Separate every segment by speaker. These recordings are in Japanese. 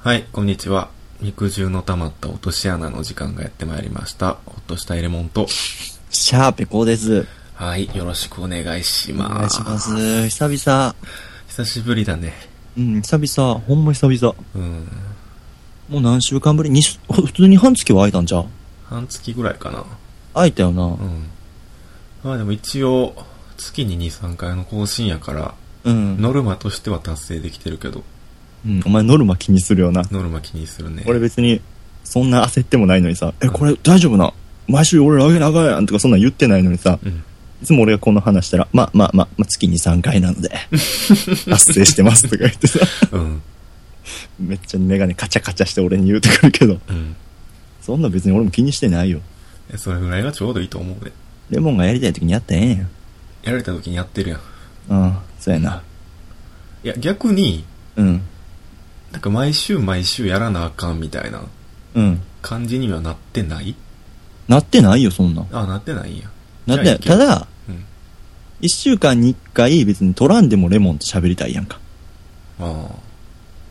Speaker 1: はい、こんにちは。肉汁の溜まった落とし穴の時間がやってまいりました。ほっとしたエレモンと。
Speaker 2: シャーペコです。
Speaker 1: はい、よろしくお願いし
Speaker 2: お
Speaker 1: ます。
Speaker 2: 願いします。久々。
Speaker 1: 久しぶりだね。
Speaker 2: うん、久々。ほんま久々。
Speaker 1: うん。
Speaker 2: もう何週間ぶりに、しほ普通に半月は空いたんじゃん。
Speaker 1: 半月ぐらいかな。
Speaker 2: 空いたよな
Speaker 1: う。ん。まあでも一応、月に2、3回の更新やから、
Speaker 2: うん。
Speaker 1: ノルマとしては達成できてるけど、
Speaker 2: うん、お前ノルマ気にするよな。
Speaker 1: ノルマ気にするね。
Speaker 2: 俺別に、そんな焦ってもないのにさ、え、これ大丈夫な毎週俺上げなあかんやんとかそんなん言ってないのにさ、
Speaker 1: うん。
Speaker 2: いつも俺がこの話したら、まあまあまあ、まあ、月に3回なの で、達成してますとか言ってさ、
Speaker 1: うん。
Speaker 2: めっちゃメガネカチャカチャして俺に言うてくるけど、
Speaker 1: うん。
Speaker 2: そんなん別に俺も気にしてないよ。
Speaker 1: えそれぐらいがちょうどいいと思うで。
Speaker 2: レモンがやりたい時にやったらええんや。
Speaker 1: やられた時にやってるやん。
Speaker 2: うん、そうやな。
Speaker 1: いや、逆に、
Speaker 2: うん。
Speaker 1: なんか毎週毎週やらなあかんみたいな
Speaker 2: うん。
Speaker 1: 感じにはなってない
Speaker 2: なってないよ、そんなん。
Speaker 1: あ、なってないんや。
Speaker 2: なってない。
Speaker 1: じゃ
Speaker 2: た
Speaker 1: あいける、
Speaker 2: だ、
Speaker 1: うん。
Speaker 2: 一週間に一回別に取らんでもレモンと喋りたいやんか。
Speaker 1: ああ。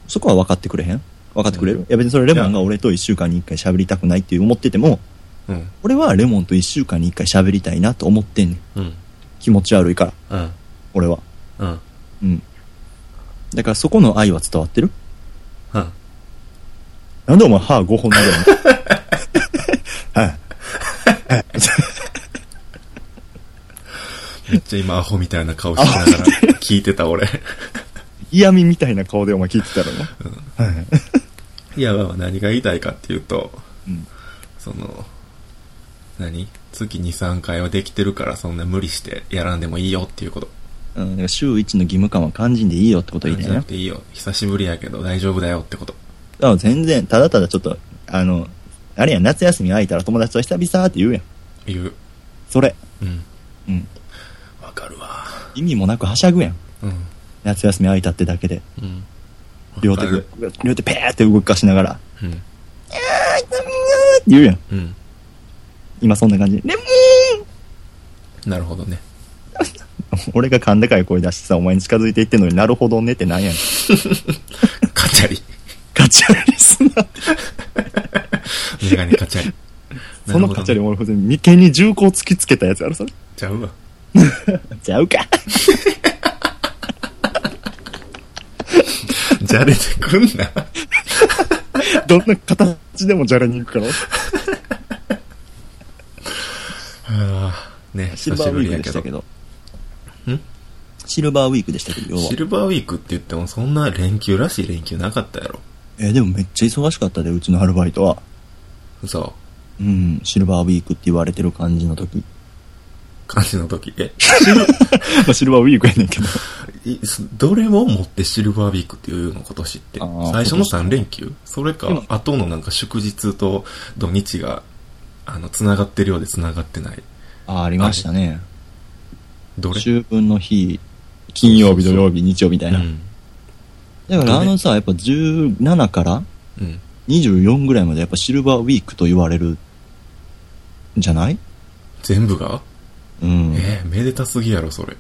Speaker 2: そこは分かってくれへん分かってくれる、
Speaker 1: うん
Speaker 2: いや別にそれレモンが俺と一週間に一回喋りたくないって思ってても、
Speaker 1: うん。
Speaker 2: 俺はレモンと一週間に一回喋りたいなと思ってんねん。
Speaker 1: うん。
Speaker 2: 気持ち悪いから、
Speaker 1: うん。
Speaker 2: 俺は。
Speaker 1: うん。
Speaker 2: うん。だからそこの愛は伝わってる
Speaker 1: うん。
Speaker 2: なんでお前歯5本なのはい。
Speaker 1: めっちゃ今アホみたいな顔しながら聞いてた俺。
Speaker 2: 嫌味みたいな顔でお前聞いてたろな。は い。
Speaker 1: いや、まあ何が言いたいかっていうと、
Speaker 2: うん
Speaker 1: その、何月2、3回はできてるからそんな無理してやらんでもいいよっていうこと。
Speaker 2: うん、だから週一の義務感は肝心でいいよってこと言い
Speaker 1: じ
Speaker 2: た
Speaker 1: ゃ
Speaker 2: い
Speaker 1: な
Speaker 2: な
Speaker 1: く。ていいよ。久しぶりやけど大丈夫だよってこと。
Speaker 2: あ全然、ただただちょっと、あの、あれやん、夏休み空いたら友達と久々って言うやん。
Speaker 1: 言う。
Speaker 2: それ。
Speaker 1: うん。
Speaker 2: うん。
Speaker 1: わかるわ。
Speaker 2: 意味もなくはしゃぐやん。
Speaker 1: うん。
Speaker 2: 夏休み空いたってだけで。
Speaker 1: うん。
Speaker 2: 両手
Speaker 1: わか
Speaker 2: で
Speaker 1: る、
Speaker 2: 両手ペーって動かしながら、って
Speaker 1: うん。
Speaker 2: 言うやん。
Speaker 1: うん。
Speaker 2: 今そんな感じ。でも
Speaker 1: なるほどね。
Speaker 2: 俺が甲高い声出してさ、お前に近づいていってんのになるほどねってなんやん。
Speaker 1: カチャリ。
Speaker 2: ガチャリすな。
Speaker 1: メガネカチャリ。
Speaker 2: そのガチャリ
Speaker 1: なるほどね
Speaker 2: 俺、眉間に銃口突きつけたやつやろ、それ。
Speaker 1: ちゃうわ。
Speaker 2: ちゃうか。
Speaker 1: じゃれてくんな。
Speaker 2: どんな形でもじゃれに行くから。
Speaker 1: ああ、ね、
Speaker 2: シル
Speaker 1: 久し
Speaker 2: バーウ
Speaker 1: ぶ
Speaker 2: ィ
Speaker 1: り
Speaker 2: ーク
Speaker 1: や
Speaker 2: で
Speaker 1: け
Speaker 2: し
Speaker 1: ど
Speaker 2: たけ。ど。
Speaker 1: ん
Speaker 2: シルバーウィークでしたけど、要は
Speaker 1: シ。ルバーウィークって言ってもそんな連休らしい連休なかったやろ。
Speaker 2: えーでもめっちゃ忙しかったで、うちのアルバイトは。
Speaker 1: そう。
Speaker 2: うん、シルバーウィークって言われてる感じの時。
Speaker 1: 感じの時。え、
Speaker 2: まあ、シルバーウィークやねんけど。
Speaker 1: いすどれも持ってシルバーウィークっていうの今年って
Speaker 2: あー。
Speaker 1: 最初の
Speaker 2: 今年
Speaker 1: 3連休それ
Speaker 2: で
Speaker 1: か
Speaker 2: も、
Speaker 1: 後のなんか祝日と土日が、あの、繋がってるようで繋がってない。
Speaker 2: ああ、ありましたね。
Speaker 1: どれ
Speaker 2: 秋分の日、金曜日、土曜日、日曜日みた
Speaker 1: う
Speaker 2: いな。
Speaker 1: ん。
Speaker 2: だからあのさ、やっぱ17から
Speaker 1: うん。
Speaker 2: 24ぐらいまでやっぱシルバーウィークと言われる、じゃない
Speaker 1: 全部が
Speaker 2: うん。
Speaker 1: えーめでたすぎやろ、それ。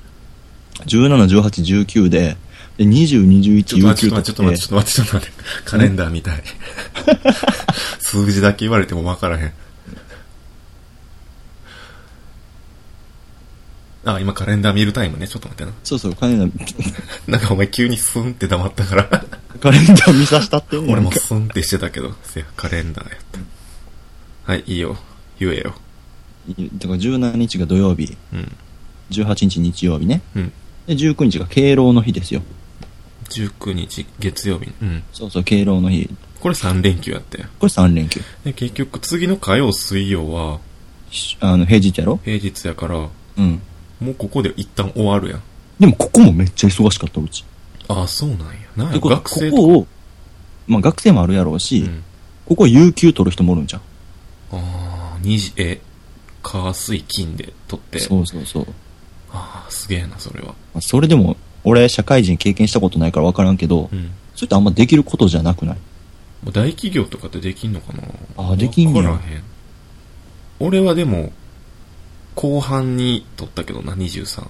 Speaker 2: 17、18、19で、で20、
Speaker 1: ちょっと
Speaker 2: 21、
Speaker 1: 待って、ちょっと
Speaker 2: 19
Speaker 1: 待って、ちょっと待って、ちょっと待って、ちょっと待って。カレンダーみたい。数字だけ言われても分からへん。あ、今カレンダー見るタイムね。ちょっと待って
Speaker 2: そうそう、カレンダー、
Speaker 1: な。なんかお前急にスンって黙ったから。
Speaker 2: カレンダー見さしたってんねん
Speaker 1: 俺もスンってしてたけど。せや、カレンダーやった。はい、いいよ。言えよ。
Speaker 2: だから17日が土曜日、
Speaker 1: うん。
Speaker 2: 18日日曜日ね。
Speaker 1: うん。
Speaker 2: で、19日が敬老の日ですよ。
Speaker 1: 19日月曜日。うん。
Speaker 2: そうそう、敬老の日。
Speaker 1: これ3連休やったよ。
Speaker 2: これ3連休。
Speaker 1: で、結局次の火曜、水曜は
Speaker 2: しあの、平日やろ
Speaker 1: 平日やから、も
Speaker 2: うん。
Speaker 1: うここで一旦終わるやん。
Speaker 2: でもここもめっちゃ忙しかった、うち。
Speaker 1: ああ、そうなんや。なんや
Speaker 2: でこ
Speaker 1: 学生
Speaker 2: こ
Speaker 1: とか。
Speaker 2: こを、まあ学生もあるやろうし、
Speaker 1: うん、
Speaker 2: ここは有給取る人もおるんじゃん。
Speaker 1: ああ、二時、え、火、水、金で取って。
Speaker 2: そうそうそう。ま
Speaker 1: ああ、すげえな、それは。
Speaker 2: あそれでも、俺、社会人経験したことないから分からんけど、
Speaker 1: うん。
Speaker 2: それってあんまできることじゃなくない
Speaker 1: もう大企業とかってできんのかな
Speaker 2: あーできんねや
Speaker 1: わからへん。俺はでも、後半に取ったけどな、23。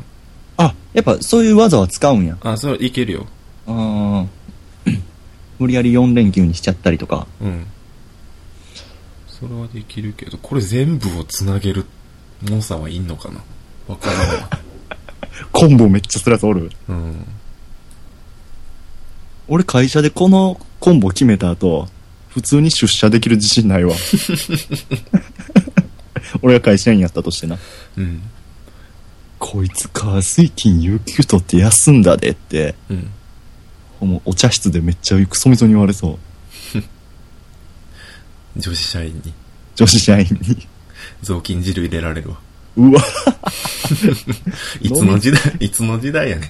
Speaker 2: あ、やっぱそういう技は使うんや。
Speaker 1: あ、それはいけるよ。
Speaker 2: あー無理やり4連休にしちゃったりとか、
Speaker 1: うん。それはできるけど、これ全部をつなげる猛者はいんのかなわからん わ。
Speaker 2: コンボめっちゃするやつおる。
Speaker 1: うん。
Speaker 2: 俺会社でこのコンボ決めた後、普通に出社できる自信ない わ。俺が会社員やったとしてな。
Speaker 1: うん。
Speaker 2: こいつ火水金有給取って休んだでって、
Speaker 1: うん。
Speaker 2: もうお茶室でめっちゃクソみそに言われそう。
Speaker 1: 女子社員に
Speaker 2: 女子社員に。
Speaker 1: 雑巾汁入れられるわ。
Speaker 2: うわ、
Speaker 1: いつの時代、いつの時代やねん。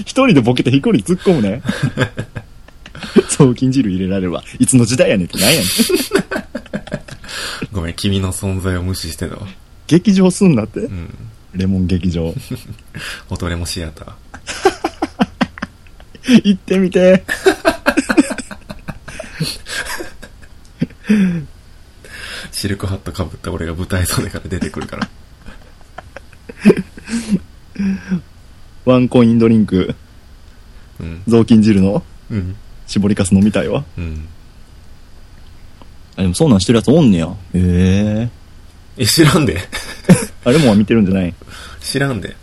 Speaker 2: 一人でボケて一人突っ込む ね。雑巾汁入れられるわ。いつの時代やねんってなんやねん。
Speaker 1: ごめん、君の存在を無視してたわ。
Speaker 2: 劇場すんなって
Speaker 1: う。ん。
Speaker 2: レモン劇場。
Speaker 1: おとれもシアター。
Speaker 2: 行ってみて。
Speaker 1: シルクハット被った俺が舞台袖から出てくるから。
Speaker 2: ワンコインドリンク、
Speaker 1: うん。
Speaker 2: 雑巾汁の
Speaker 1: うん。
Speaker 2: 絞りかす飲みたいわ。
Speaker 1: うん。
Speaker 2: あ、でもそんなんしてるやつおんねや。へえ。
Speaker 1: え、知らんで。
Speaker 2: あれもは見てるんじゃない
Speaker 1: 知らんで。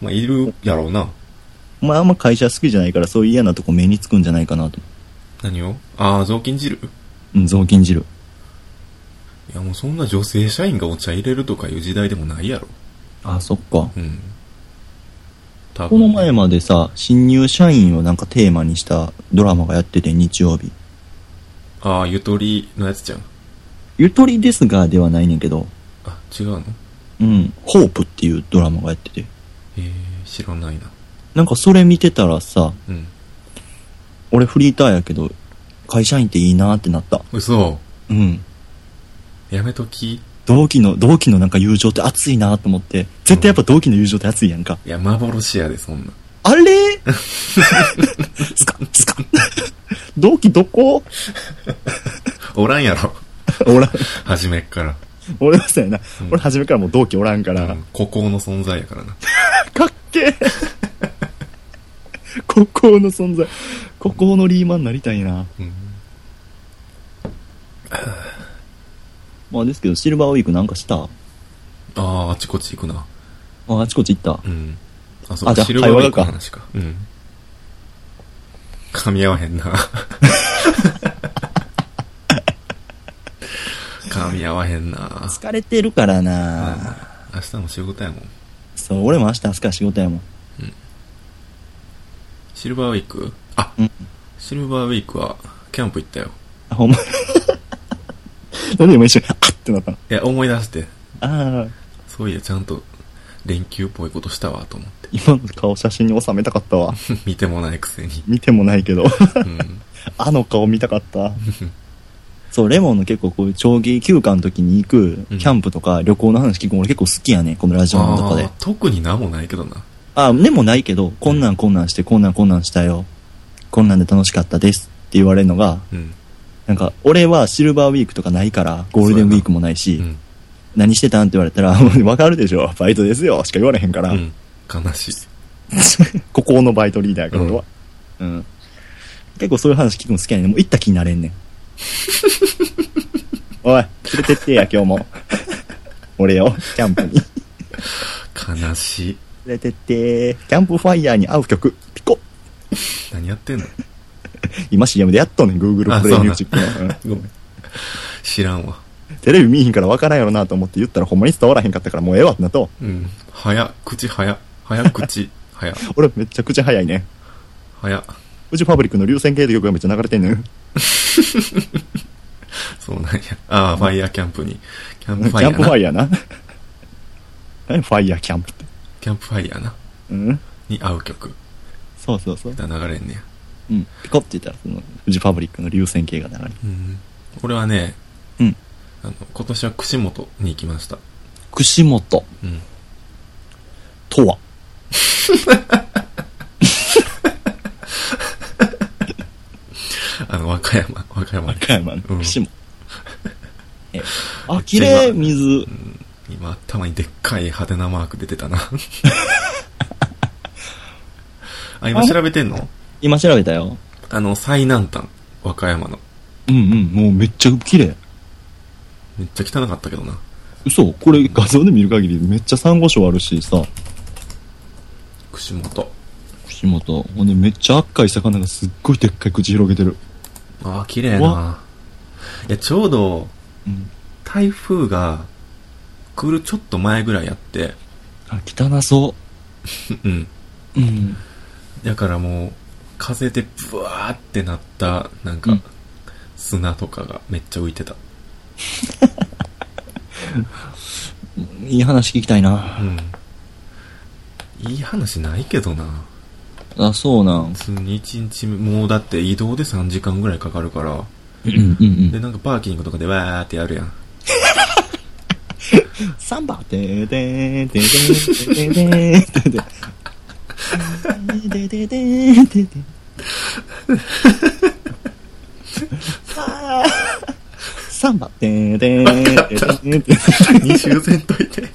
Speaker 1: まあ、いるやろうな。
Speaker 2: お前あんま会社好きじゃないからそういう嫌なとこ目につくんじゃないかなと。
Speaker 1: 何をああ、雑巾汁
Speaker 2: うん、雑巾汁。
Speaker 1: いや、もうそんな女性社員がお茶入れるとかいう時代でもないやろ。
Speaker 2: あ、そっか。
Speaker 1: うん。多
Speaker 2: この前までさ、新入社員をなんかテーマにしたドラマがやってて、日曜日。
Speaker 1: ああ、ゆとりのやつじゃん。
Speaker 2: ゆとりですがではないねんけど、
Speaker 1: あ、違うの
Speaker 2: うん、ホープっていうドラマがやってて。
Speaker 1: えー、知らないな。
Speaker 2: なんかそれ見てたらさ、
Speaker 1: うん。
Speaker 2: 俺フリーターやけど、会社員っていいなーってなった。
Speaker 1: 嘘。
Speaker 2: うん。
Speaker 1: やめとき。
Speaker 2: 同期の、同期のなんか友情って熱いなーと思って、絶対やっぱ同期の友情って熱いやんか。
Speaker 1: いや、幻やで、そんな。
Speaker 2: あれスカッ、スカッ。同期どこ
Speaker 1: おらんやろ。
Speaker 2: おらん。
Speaker 1: 初めっから。
Speaker 2: 俺はさやな。
Speaker 1: うん
Speaker 2: 俺初めからもう同期おらんから。
Speaker 1: うん孤高の存在やからな。
Speaker 2: かっけえ孤高の存在。孤高のリーマンになりたいな。
Speaker 1: うん。
Speaker 2: まあですけど、シルバーウィークなんかしたあ
Speaker 1: ああ、あちこち行くな。
Speaker 2: あちこち行った。
Speaker 1: うん。あ、そう
Speaker 2: あじ
Speaker 1: か、
Speaker 2: ゃあ
Speaker 1: シルバーウィークの
Speaker 2: 会
Speaker 1: 話か。うん。噛み合わへんな。 噛み合わへんな。
Speaker 2: 疲れてるからな、
Speaker 1: 明日も仕事やもん。
Speaker 2: そう、俺も明日明日から仕事やもん。
Speaker 1: シルバーウィークあ、
Speaker 2: うん
Speaker 1: シルバーウィークは、キャンプ行ったよ。
Speaker 2: あ、ほんま。 なんで今一瞬、あっってなったの
Speaker 1: いや、思い出して。
Speaker 2: ああ、
Speaker 1: そういや、ちゃんと、連休っぽいことしたわ、と思って。
Speaker 2: 今の顔写真に収めたかったわ。
Speaker 1: 見て もないくせに。
Speaker 2: 見てもないけど。
Speaker 1: うん。
Speaker 2: あの顔見た かった。そう、レモンの結構こういう長期休暇の時に行く
Speaker 1: う
Speaker 2: キ
Speaker 1: ん
Speaker 2: ャンプとか旅行の話聞くの俺結構好きやねん、このラジオの中で
Speaker 1: あー。特になんもないけどな。
Speaker 2: あ、でもないけど、こんなんこんなんして、こんなんこんなんしたよ。こんなんで楽しかったですって言われるのが、
Speaker 1: うん。
Speaker 2: なんか、俺はシルバーウィークとかないから、ゴールデンウィークもないし、
Speaker 1: うん。
Speaker 2: 何してたんって言われたら、 もうわかるでしょ、バイトですよ、しか言われへんから、
Speaker 1: うん。悲しい。
Speaker 2: ここのバイトリーダーやから俺は。うん。結構そういう話聞くの好きやねん。もう行った気になれんねん。おい、連れてってや、今日も。俺を、キャンプに。
Speaker 1: 悲しい。
Speaker 2: 連れてって、キャンプファイヤーに合う曲、ピコ
Speaker 1: 何やってんの
Speaker 2: 今 CM でやっとんねん、Google
Speaker 1: あ
Speaker 2: プレイミュージックの。うん
Speaker 1: ごめん。知らんわ。
Speaker 2: テレビ見えへんから分からんやろなと思って言ったらほんまに伝わらへんかったからもうええわってなと。
Speaker 1: うん。早、口早、早口、早、
Speaker 2: 俺めっちゃくちゃ早いね。
Speaker 1: 早。
Speaker 2: 宇宙ファブリックの流線形で曲がめっちゃ流れてんねん。
Speaker 1: そうなんや。ああ、ファイヤーキャンプに。キャン
Speaker 2: キ
Speaker 1: プファイヤ
Speaker 2: ャン
Speaker 1: ー
Speaker 2: プフ
Speaker 1: な。
Speaker 2: ァイヤーな。 何ファイヤーキャンプって。
Speaker 1: キャンプファイヤーな。
Speaker 2: うん。
Speaker 1: に合う曲。
Speaker 2: そうそうそう。
Speaker 1: 流れんねや。
Speaker 2: うん。ピコって言ったらその宇宙ファブリックの流線形が流れる。
Speaker 1: うん。俺はね、
Speaker 2: うん。
Speaker 1: あの、今年は串本に行きました。
Speaker 2: 串本
Speaker 1: うん。
Speaker 2: とは。
Speaker 1: あの、和歌山、和歌山に。
Speaker 2: 岡山の
Speaker 1: うん
Speaker 2: 串 本。えあ、綺麗水。
Speaker 1: 今、頭にでっかい派手なマーク出て たな。あ、今調べてんの
Speaker 2: 今調べたよ。
Speaker 1: あの、最南端。和歌山の。
Speaker 2: うんうん、もうめっちゃ綺麗。
Speaker 1: めっちゃ汚かったけどな。
Speaker 2: 嘘これ画像で見る限りめっちゃサンゴ礁あるしさ、
Speaker 1: 串本。
Speaker 2: 串本。ほんでめっちゃ赤い魚がすっごいでっかい口広げてる。
Speaker 1: ああ、綺麗
Speaker 2: う
Speaker 1: な。いや、ちょうど、
Speaker 2: うん。
Speaker 1: 台風が来るちょっと前ぐらいやって。
Speaker 2: あ、汚そ
Speaker 1: うん。
Speaker 2: う。うん。
Speaker 1: だからもう、風でブワーってなった、なん
Speaker 2: う
Speaker 1: か
Speaker 2: ん、
Speaker 1: 砂とかがめっちゃ浮いてた。
Speaker 2: いい話聞きたいな。
Speaker 1: うん。いい話ないけどな。
Speaker 2: あ、そうなん。
Speaker 1: 普通に1日目、もうだって移動で3時間ぐらいかかるから。
Speaker 2: うんうん
Speaker 1: で、。なんかパーキングとかでわーってやるや ん。
Speaker 2: サンバてーてーてーてーてーてーてーてーてーてーてーてーてーてーあーサンバてーてーてーてーてー
Speaker 1: 2周せんとい て。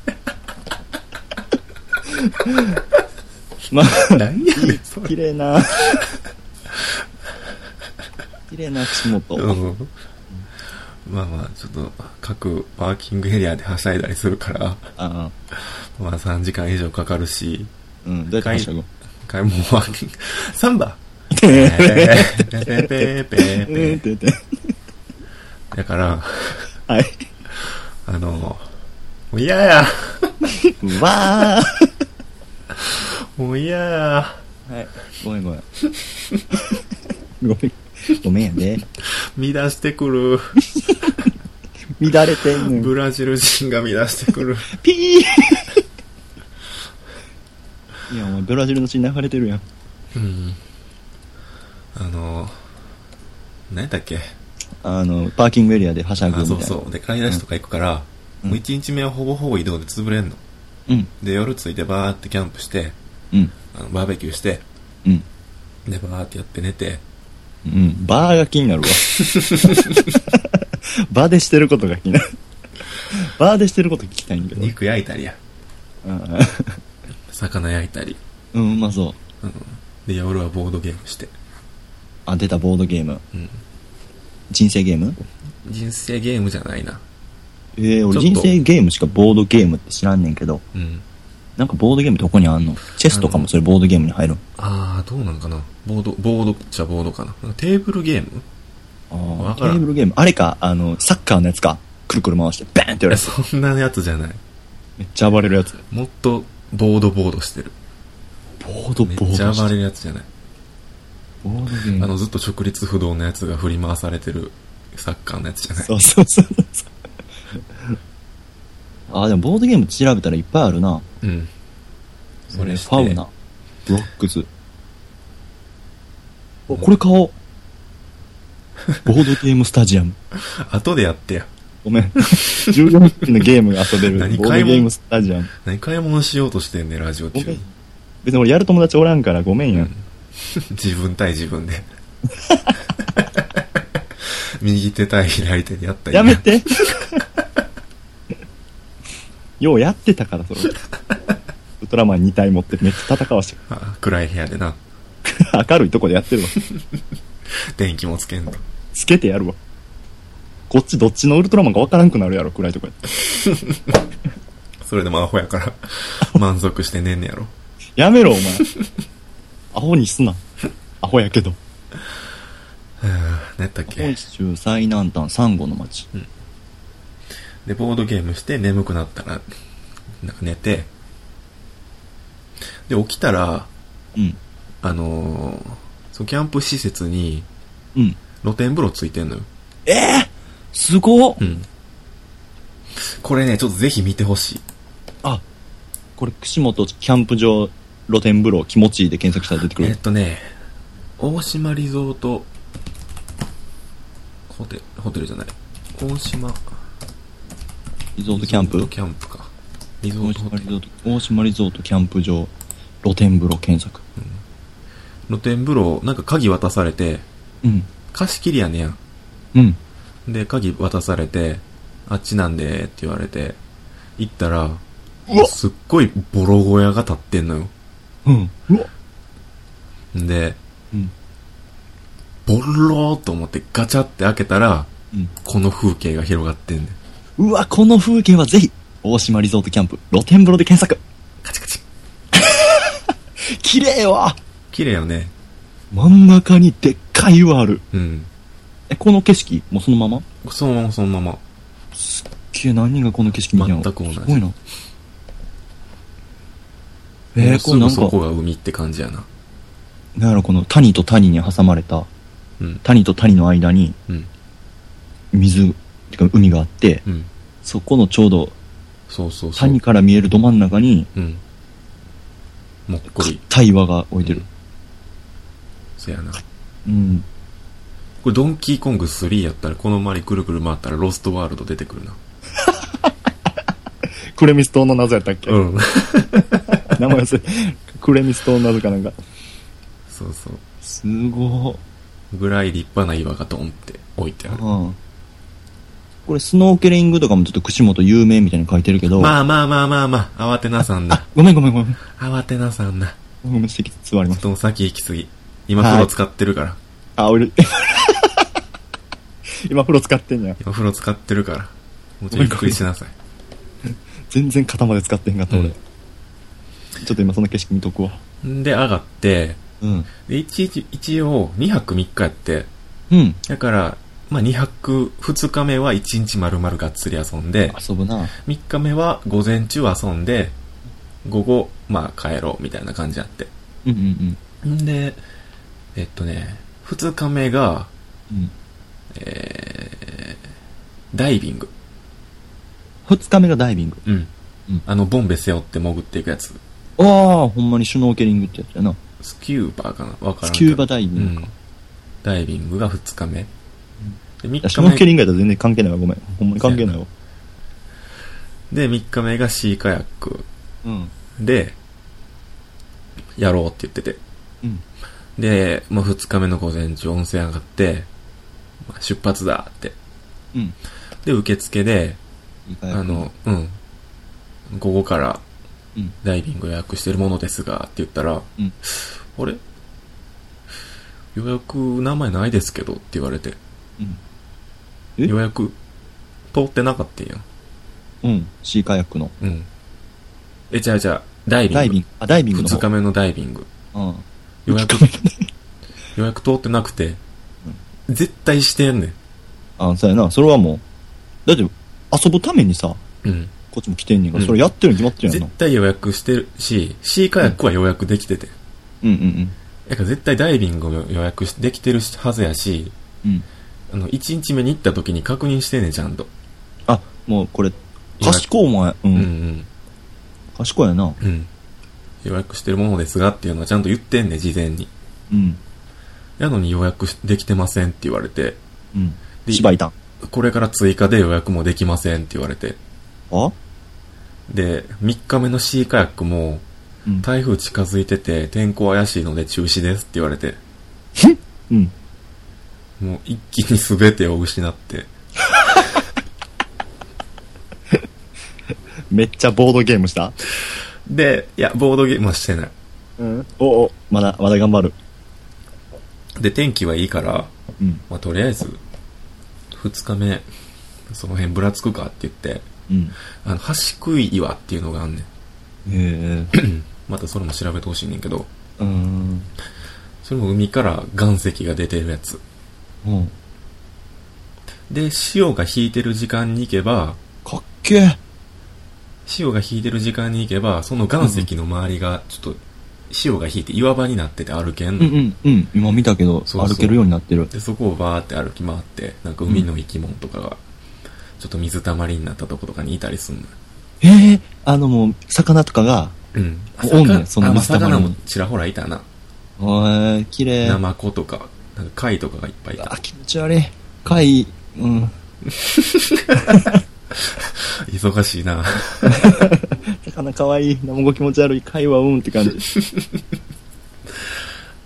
Speaker 2: まあ、
Speaker 1: 何やねん、そ
Speaker 2: 綺
Speaker 1: れ。
Speaker 2: 麗な。綺麗な串
Speaker 1: う
Speaker 2: 本。
Speaker 1: んまあまあ、ちょっと、各パーキングエリアではしゃいだりするから、
Speaker 2: あ
Speaker 1: まあ3時間以上かかるし、
Speaker 2: ーうん、どうやってはしゃごう
Speaker 1: 買い物は、 サンバ
Speaker 2: てーてー
Speaker 1: だ
Speaker 2: てーてー
Speaker 1: から、
Speaker 2: はい。
Speaker 1: あの、もう嫌や
Speaker 2: うわ
Speaker 1: もう嫌や
Speaker 2: ーはい。ごめん ごめん。ごめん。ごめんやで。
Speaker 1: 乱してくる。
Speaker 2: 乱れてんねん。
Speaker 1: ブラジル人が乱してくる。
Speaker 2: ピーいや、お前、ブラジルの血流れてるやん。
Speaker 1: うん。あの、何やったっけ
Speaker 2: あの、パーキングエリアではしゃぐみ
Speaker 1: あ、
Speaker 2: たい
Speaker 1: そ
Speaker 2: な。
Speaker 1: うそう。で、買い出しとか行くから、
Speaker 2: うん
Speaker 1: もう1日目はほぼほぼ移動で潰れんの。
Speaker 2: う。うん、
Speaker 1: で、夜着いてバーってキャンプして、
Speaker 2: うん、
Speaker 1: あのバーベキューして、
Speaker 2: うん。
Speaker 1: で、バーってやって寝て、
Speaker 2: うん、バーが気に なるわ。バーでしてることが気になる。バーでしてること聞きたいんだけど。
Speaker 1: 肉焼いたりや。
Speaker 2: うん
Speaker 1: 魚焼いたり。
Speaker 2: うん、うまそう。
Speaker 1: で、夜はボードゲームして。
Speaker 2: あ、出た、ボードゲーム。
Speaker 1: うん。
Speaker 2: 人生ゲーム
Speaker 1: 人生ゲームじゃないな。
Speaker 2: えー、俺
Speaker 1: ちょっ
Speaker 2: 人
Speaker 1: と
Speaker 2: 生ゲームしかボードゲームって知らんねんけど、
Speaker 1: うん。
Speaker 2: なんかボードゲームどこにあんのチェスとかもそれボードゲームに入る
Speaker 1: あー、どうなんかな。ボード、ボードじゃボードかな。なんかテーブルゲーム
Speaker 2: あ
Speaker 1: わ
Speaker 2: ー
Speaker 1: か
Speaker 2: テ
Speaker 1: らん
Speaker 2: ーブルゲーム。あれか、あの、サッカーのやつか。くるくる回して、バーンってやる
Speaker 1: え
Speaker 2: やつ。
Speaker 1: そんなやつじゃない。
Speaker 2: めっちゃ暴れるやつ。
Speaker 1: もっと、ボードボードしてる。
Speaker 2: ボード
Speaker 1: めっちゃ暴れるやつじゃない。
Speaker 2: ボードゲー
Speaker 1: あの、ずっと直立不動のやつが振り回されてるサッカーのやつじゃない。
Speaker 2: そうそうそうそう。あ、でもボードゲーム調べたらいっぱいあるな。
Speaker 1: うん。それして
Speaker 2: ファウナ、ブロックス。おこれ買おう。ボードゲームスタジアム。
Speaker 1: 後でやってや。
Speaker 2: ごめん。14匹のゲームが遊べる。
Speaker 1: 何
Speaker 2: ボ
Speaker 1: 買
Speaker 2: ー
Speaker 1: い物
Speaker 2: ドゲームスタジアム。
Speaker 1: 何買い物しようとしてんねん、ラジオ
Speaker 2: ご
Speaker 1: 中
Speaker 2: めん
Speaker 1: に。。
Speaker 2: 別に俺やる友達おらんからごめんや。
Speaker 1: 自分対自分で。 右手対左手でやったら
Speaker 2: や
Speaker 1: いいな
Speaker 2: めてようやってたから、それ。ウルトラマン2体持ってめっちゃ戦わして
Speaker 1: あ暗い部屋でな。
Speaker 2: 明るいとこでやってるわ。
Speaker 1: 電気もつけんと。
Speaker 2: つけてやるわ。こっちどっちのウルトラマンかわからんくなるやろ、暗いとこやって
Speaker 1: それでもアホや から、満足して寝んねやろ。
Speaker 2: やめろ、お前。アホにすな。アホやけど。
Speaker 1: 何やったっけ
Speaker 2: 本州最南端、サンゴの町。
Speaker 1: で、ボードゲームして眠くなったら、なんか寝て、で、起きたら、
Speaker 2: うん。
Speaker 1: あのー、そう、キャンプ施設に
Speaker 2: うん。
Speaker 1: 露天風呂ついてんのよ。
Speaker 2: ええすごっ
Speaker 1: うん。これね、ちょっとぜひ見てほしい。
Speaker 2: あ、これ、串本キャンプ場露天風呂気持ちいいで検索したら出てく
Speaker 1: えっ
Speaker 2: る。
Speaker 1: とね、大島リゾート、ホテル、ホテルじゃない。大島
Speaker 2: リゾートキャン
Speaker 1: リゾ
Speaker 2: プ
Speaker 1: ートキャンプか。リゾー
Speaker 2: 大
Speaker 1: トホ
Speaker 2: 島
Speaker 1: テル
Speaker 2: リゾート、大島リゾートキャンプ場露天風呂検索。
Speaker 1: 露天風呂、なんか鍵渡されて、
Speaker 2: うん。
Speaker 1: 貸し切りやねやん。
Speaker 2: うん。
Speaker 1: で、鍵渡されて、あっちなんでって言われて、行ったら
Speaker 2: うわ、
Speaker 1: すっごいボロ小屋が立ってんのよ。
Speaker 2: うん。うわ
Speaker 1: で、
Speaker 2: うん。
Speaker 1: ボローと思ってガチャって開けたら、
Speaker 2: うん
Speaker 1: この風景が広がってんねん。
Speaker 2: うわ、この風景はぜひ、大島リゾートキャンプ露天風呂で検索。
Speaker 1: カチカチ。
Speaker 2: 綺麗よ
Speaker 1: 綺麗よね。
Speaker 2: 真ん中にでっかい岩ある。
Speaker 1: うん。
Speaker 2: え、この景色もうそのまま
Speaker 1: そのままそのまま。
Speaker 2: き何人がこの景色見てんの
Speaker 1: 全く同じ
Speaker 2: すごいな。えー、こ
Speaker 1: す
Speaker 2: れ
Speaker 1: ぐ
Speaker 2: なん
Speaker 1: そ
Speaker 2: か
Speaker 1: こ、が海って感じやな。
Speaker 2: なんやろ、この谷と谷に挟まれた、
Speaker 1: うん。
Speaker 2: 谷と谷の間に
Speaker 1: うん。
Speaker 2: 水、てか海があって、
Speaker 1: うん。
Speaker 2: そこのちょうど
Speaker 1: そうそうそう。
Speaker 2: 谷から見えるど真ん中に、
Speaker 1: うん。もっこり。
Speaker 2: 硬い岩が置いてる。
Speaker 1: そやな。
Speaker 2: うん。
Speaker 1: これドンキーコング3やったらこの周りくるくる回ったらロストワールド出てくるな。
Speaker 2: クレミス島の謎やったっけ
Speaker 1: うん。
Speaker 2: 名前忘れ。クレミス島の謎かなんか。
Speaker 1: そうそう。
Speaker 2: すごー。
Speaker 1: ぐらい立派な岩がドンって置いてある。
Speaker 2: うん。これ、スノーケリングとかもちょっと串本有名みたいに書いてるけど。
Speaker 1: まあまあまあまあまあ、慌てなさんな。
Speaker 2: ごめんごめんごめん。
Speaker 1: 慌てなさんな。
Speaker 2: ごめん、席座り
Speaker 1: ちょ
Speaker 2: ま
Speaker 1: っ
Speaker 2: す。
Speaker 1: と先行き過ぎ。今風呂使ってるから。
Speaker 2: あ、俺、 今風呂使ってんや。
Speaker 1: 今風呂使ってるから。もうちょいゆっくりしなさい。
Speaker 2: 全然肩まで使ってへんかった、
Speaker 1: う
Speaker 2: 俺。
Speaker 1: ん
Speaker 2: ちょっと今その景色見とくわ。
Speaker 1: んで、上がって、
Speaker 2: うん。
Speaker 1: で一日一応2泊3日やって、
Speaker 2: うん。
Speaker 1: だから、まあ2泊2日目は1日丸々がっつり遊んで、
Speaker 2: 遊ぶな。
Speaker 1: 3日目は午前中遊んで、午後、まあ帰ろうみたいな感じあって。
Speaker 2: うんうんうん。
Speaker 1: んで、えっとね、2日目が、
Speaker 2: うん。
Speaker 1: えー、ダイビング。
Speaker 2: 二日目がダイビング。
Speaker 1: うん。
Speaker 2: うん
Speaker 1: あの、ボンベ背負って潜っていくやつ。
Speaker 2: ああ、ほんまにシュノーケリングってやつやな。
Speaker 1: スキューバーかなわからんけど。
Speaker 2: スキューバダイビ
Speaker 1: う
Speaker 2: ング
Speaker 1: ん
Speaker 2: か。。
Speaker 1: ダイビングが2日目。で、
Speaker 2: いやシュノー
Speaker 1: 3
Speaker 2: ケ
Speaker 1: 日
Speaker 2: リングやったら全然関係ないわ、ごめん。ほんまに関係ないわ。
Speaker 1: 目。で、3日目がシーカヤック。
Speaker 2: うん。
Speaker 1: で、やろうって言ってて。
Speaker 2: うん。
Speaker 1: で、まあ、2日目の午前中温泉上がって、まあ、出発だって。
Speaker 2: うん。
Speaker 1: で、受付で、
Speaker 2: いいかよ
Speaker 1: あ、の、うん。午後から
Speaker 2: うん。
Speaker 1: ダイビング予約してるものですが、って言ったら、
Speaker 2: うん
Speaker 1: あれ予約名前ないですけどって言われて、
Speaker 2: うん。え
Speaker 1: 予約通ってなかったんや
Speaker 2: うん。シーカヤックの。
Speaker 1: うん。え、じゃあじゃあ、ダイビング。
Speaker 2: ダイビング。あ、ダイビングの方。
Speaker 1: 2日目のダイビング。
Speaker 2: うん。
Speaker 1: 予約、
Speaker 2: 二日目
Speaker 1: 予約通ってなくて、絶対してんねん。
Speaker 2: あ、そうやな。それはもう。だって、遊ぶためにさ、
Speaker 1: うん。
Speaker 2: こっちも来てんねんから、
Speaker 1: うん
Speaker 2: それやってるに決まってるやん
Speaker 1: 絶
Speaker 2: な。
Speaker 1: 対予約してるし、シーカヤックは予約できてて。
Speaker 2: うんうん
Speaker 1: だから絶対ダイビングも予約しできてるはずやし、
Speaker 2: うん。うん。
Speaker 1: あの、1日目に行った時に確認してんねん、ちゃんと。
Speaker 2: あ、もうこれ、
Speaker 1: 予約
Speaker 2: 賢いお前。う。
Speaker 1: うんん
Speaker 2: 賢いやな。
Speaker 1: うん。うん。予約してるものですがっていうのはちゃんと言ってんねん、事前に。
Speaker 2: うん。
Speaker 1: やのに予約しできてませんって言われて、
Speaker 2: うん。
Speaker 1: で
Speaker 2: 芝居たん。
Speaker 1: これから追加で予約もできませんって言われて。
Speaker 2: あ
Speaker 1: で、3日目のシーカヤックも、
Speaker 2: うん。
Speaker 1: 台風近づいてて天候怪しいので中止ですって言われて、
Speaker 2: うん。
Speaker 1: もう一気に全てを失って、
Speaker 2: めっちゃボードゲームした
Speaker 1: で、いや、ボードゲームはしてない。
Speaker 2: うん。おお。まだ、まだ頑張る。
Speaker 1: で、天気はいいから、
Speaker 2: うん。
Speaker 1: まあ、とりあえず、二日目、その辺ぶらつくかって言って、
Speaker 2: うん。
Speaker 1: あの、端食い岩っていうのがあんねん。
Speaker 2: へえ。
Speaker 1: またそれも調べてほしいねんけど、
Speaker 2: うん。
Speaker 1: それも海から岩石が出てるやつ。
Speaker 2: うん。
Speaker 1: で、潮が引いてる時間に行けば、
Speaker 2: かっけえ。
Speaker 1: 潮が引いてる時間に行けば、その岩石の周りが、ちょっと、潮が引いて岩場になってて歩けん
Speaker 2: う
Speaker 1: の。
Speaker 2: んうん。うん。今見たけど、
Speaker 1: そうそう
Speaker 2: 歩けるようになってる。
Speaker 1: で、そこをバーって歩き回って、なんか海の生き物とかが、ちょっと水たまりになったとことかにいたりすんのよ。
Speaker 2: へえ。あのもう、魚とかが、
Speaker 1: うん。
Speaker 2: おんねんその
Speaker 1: あまあ
Speaker 2: 水たまり
Speaker 1: 魚
Speaker 2: に
Speaker 1: もちらほらいたな。
Speaker 2: へえ、綺麗。
Speaker 1: ナマコとか、なんか貝とかがいっぱいいた
Speaker 2: あ、。気持ち悪い。貝、うん。
Speaker 1: 忙しいな。
Speaker 2: 魚かわいい。生ご気持ち悪い。貝はうんって感じ。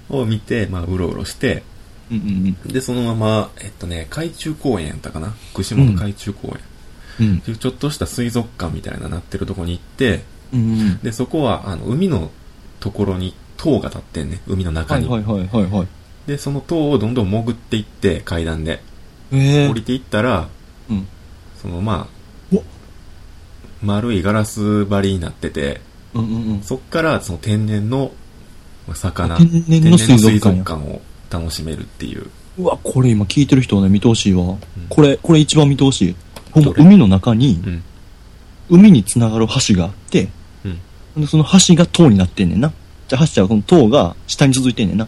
Speaker 1: を見て、まあ、うろうろして、
Speaker 2: うんうん
Speaker 1: で、そのまま、えっとね、海中公園やったかな串本海中公園、
Speaker 2: うん。うん。
Speaker 1: ちょっとした水族館みたいななってるとこに行って、
Speaker 2: うんうん。
Speaker 1: で、そこは、あの、海のところに塔が立ってんね。海の中
Speaker 2: はい
Speaker 1: に。
Speaker 2: はいはいはいはい。
Speaker 1: で、その塔をどんどん潜っていって、階段で。
Speaker 2: え
Speaker 1: 降りていったら、
Speaker 2: うん。
Speaker 1: そのまあ
Speaker 2: お、
Speaker 1: 丸いガラス張りになってて、
Speaker 2: うんうんうん。
Speaker 1: そっからその天然のまあ魚、
Speaker 2: 天然の水族館
Speaker 1: 天
Speaker 2: や
Speaker 1: 然の水館を楽しめるっていう。
Speaker 2: うわ、これ今聞いてる人はね、見てほしいわ、これ、これ一番見てほしい。ほんま
Speaker 1: どれ
Speaker 2: 海の中に、
Speaker 1: うん。
Speaker 2: 海に繋がる橋があって、
Speaker 1: うん。
Speaker 2: でその橋が塔になってんねんな。じゃあ橋じゃこの塔が下に続いてんねんな。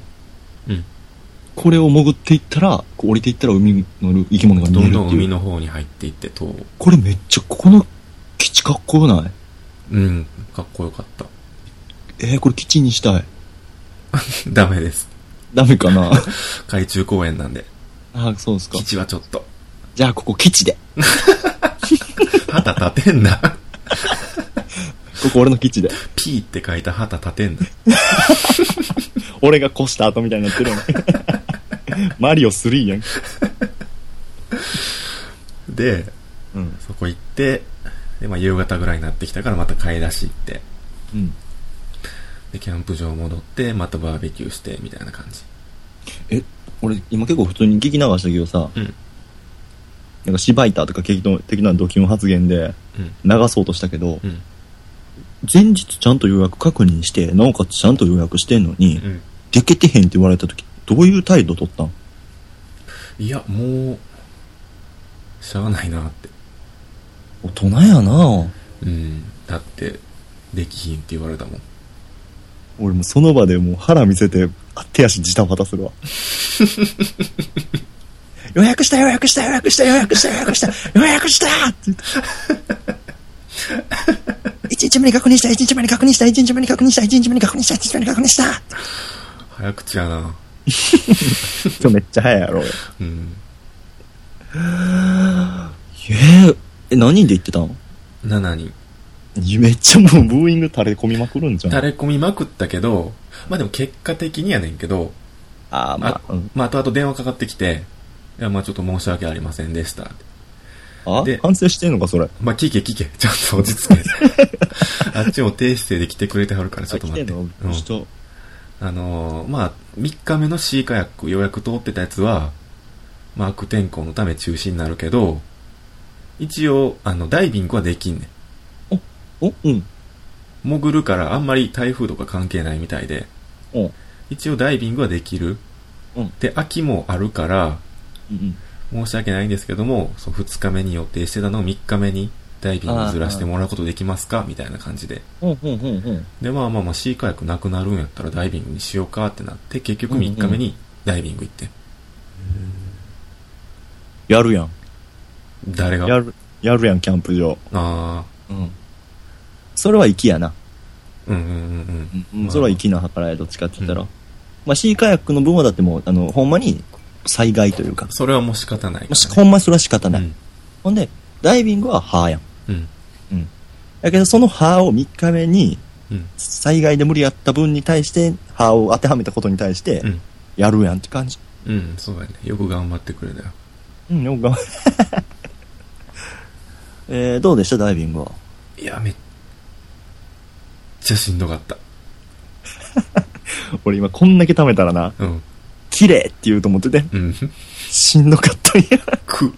Speaker 1: うん。
Speaker 2: これを潜っていったら、こう降りていったら海の生き物が見
Speaker 1: ど
Speaker 2: え
Speaker 1: ん
Speaker 2: るって
Speaker 1: どん
Speaker 2: い
Speaker 1: 海
Speaker 2: う。
Speaker 1: の方に入っていって塔を。
Speaker 2: これめっちゃ、ここの基地かっこよない
Speaker 1: うん。かっこよかった。
Speaker 2: えー、これ基地にしたい。
Speaker 1: ダメです。
Speaker 2: ダメ かな
Speaker 1: 海中公園なんで。
Speaker 2: あ、そうですか
Speaker 1: 基。地はちょっと。
Speaker 2: じゃあここ基地で。
Speaker 1: 旗立てんな。
Speaker 2: ここ俺の基地で。
Speaker 1: P って書いた旗立てんな。
Speaker 2: 俺が越した後みたいになってるよ ね。マリオ3やん。
Speaker 1: で、
Speaker 2: うん。
Speaker 1: そこ行って、で、まあ夕方ぐらいになってきたからまた買い出し行って、
Speaker 2: うん。
Speaker 1: で、キャンプ場戻って、またバーベキューして、みたいな感じ。
Speaker 2: え、俺今結構普通に聞き流したけどさ、
Speaker 1: うん。
Speaker 2: なんかシバイターとか劇的なドキュン発言で
Speaker 1: うん。
Speaker 2: 流そうとしたけど、
Speaker 1: うん。
Speaker 2: 前日ちゃんと予約確認して、なおかつちゃんと予約してんのに、
Speaker 1: うん。
Speaker 2: でけてへんって言われた時、どういう態度取ったん
Speaker 1: いや、もう、しゃあないなって。
Speaker 2: 大人やな
Speaker 1: うん。だって、できひんって言われたもん。
Speaker 2: 俺もその場でもう腹見せて、あ手足ジタバタするわ。 予約した予約した予約した予約した予約した予約したって言って。一日目に確認した一日目に確認した一日目に確認した一日目に確認した一日目に確認した
Speaker 1: 早口やな
Speaker 2: 今日めっちゃ早いや ろ。
Speaker 1: うん。
Speaker 2: ええ、何人で行ってたの
Speaker 1: 7人。
Speaker 2: めっちゃもうブーイング垂れ込みまくるんじゃん。
Speaker 1: 垂れ込みまくったけど、まあでも結果的にやねんけど、
Speaker 2: あーまあ、うん
Speaker 1: まあ後々電話かかってきて、いや、まあちょっと申し訳ありませんでしたって。
Speaker 2: あ
Speaker 1: で
Speaker 2: 反省してんのか、それ。
Speaker 1: まあ聞け聞け。ちゃんと落ち着け。 あっちも低姿勢で来てくれてはるから、ちょっと待って。
Speaker 2: あ来ん
Speaker 1: う
Speaker 2: の
Speaker 1: ん
Speaker 2: 人
Speaker 1: あのーまあ、3日目のシーカヤック予約通ってたやつは、まあ、悪天候のため中止になるけど、一応、あの、ダイビングはできんね
Speaker 2: おうん。
Speaker 1: ん。潜るからあんまり台風とか関係ないみたいで、
Speaker 2: うん。
Speaker 1: 一応ダイビングはできる。
Speaker 2: うん
Speaker 1: で、秋もあるから、
Speaker 2: うん。
Speaker 1: 申し訳ないんですけども、そう2日目に予定してたのを3日目にダイビングずらしてもらうことできますかみたいな感じで。
Speaker 2: うん。うん。うん。うん。
Speaker 1: で、まあまあまあ、シーカヤックなくなるんやったらダイビングにしようかってなって、結局3日目にダイビング行って。
Speaker 2: やるやん。
Speaker 1: 誰が
Speaker 2: やる、やるやん、キャンプ場。
Speaker 1: あ
Speaker 2: うん。それは粋やな。
Speaker 1: あ、うんうんうんうん。
Speaker 2: それは
Speaker 1: 行き
Speaker 2: 粋な計らいどっちかって言ったら。
Speaker 1: うん
Speaker 2: まあ、シーカヤックの部分はだってもう、あの、ほんまに災害というか。
Speaker 1: それはもう仕方ないから、ね。
Speaker 2: もし、ほんまそれは仕方
Speaker 1: う
Speaker 2: ない。
Speaker 1: ん。
Speaker 2: ほんで、ダイビングは歯やん。
Speaker 1: うん。
Speaker 2: うん。だけど、その歯を3日目に、
Speaker 1: うん。
Speaker 2: 災害で無理やった分に対して、歯を当てはめたことに対して
Speaker 1: う、ん。
Speaker 2: やるやんって感じ。
Speaker 1: うん、そうだね。よく頑張ってくれたよ。
Speaker 2: うん、よく頑張 えー、どうでしたダイビングは。
Speaker 1: いや、めっちゃしんどかった。
Speaker 2: 俺今こんだけ貯めたらな、
Speaker 1: うん。
Speaker 2: 綺麗って言うと思ってて、
Speaker 1: うん。
Speaker 2: しんどかったんや。
Speaker 1: く。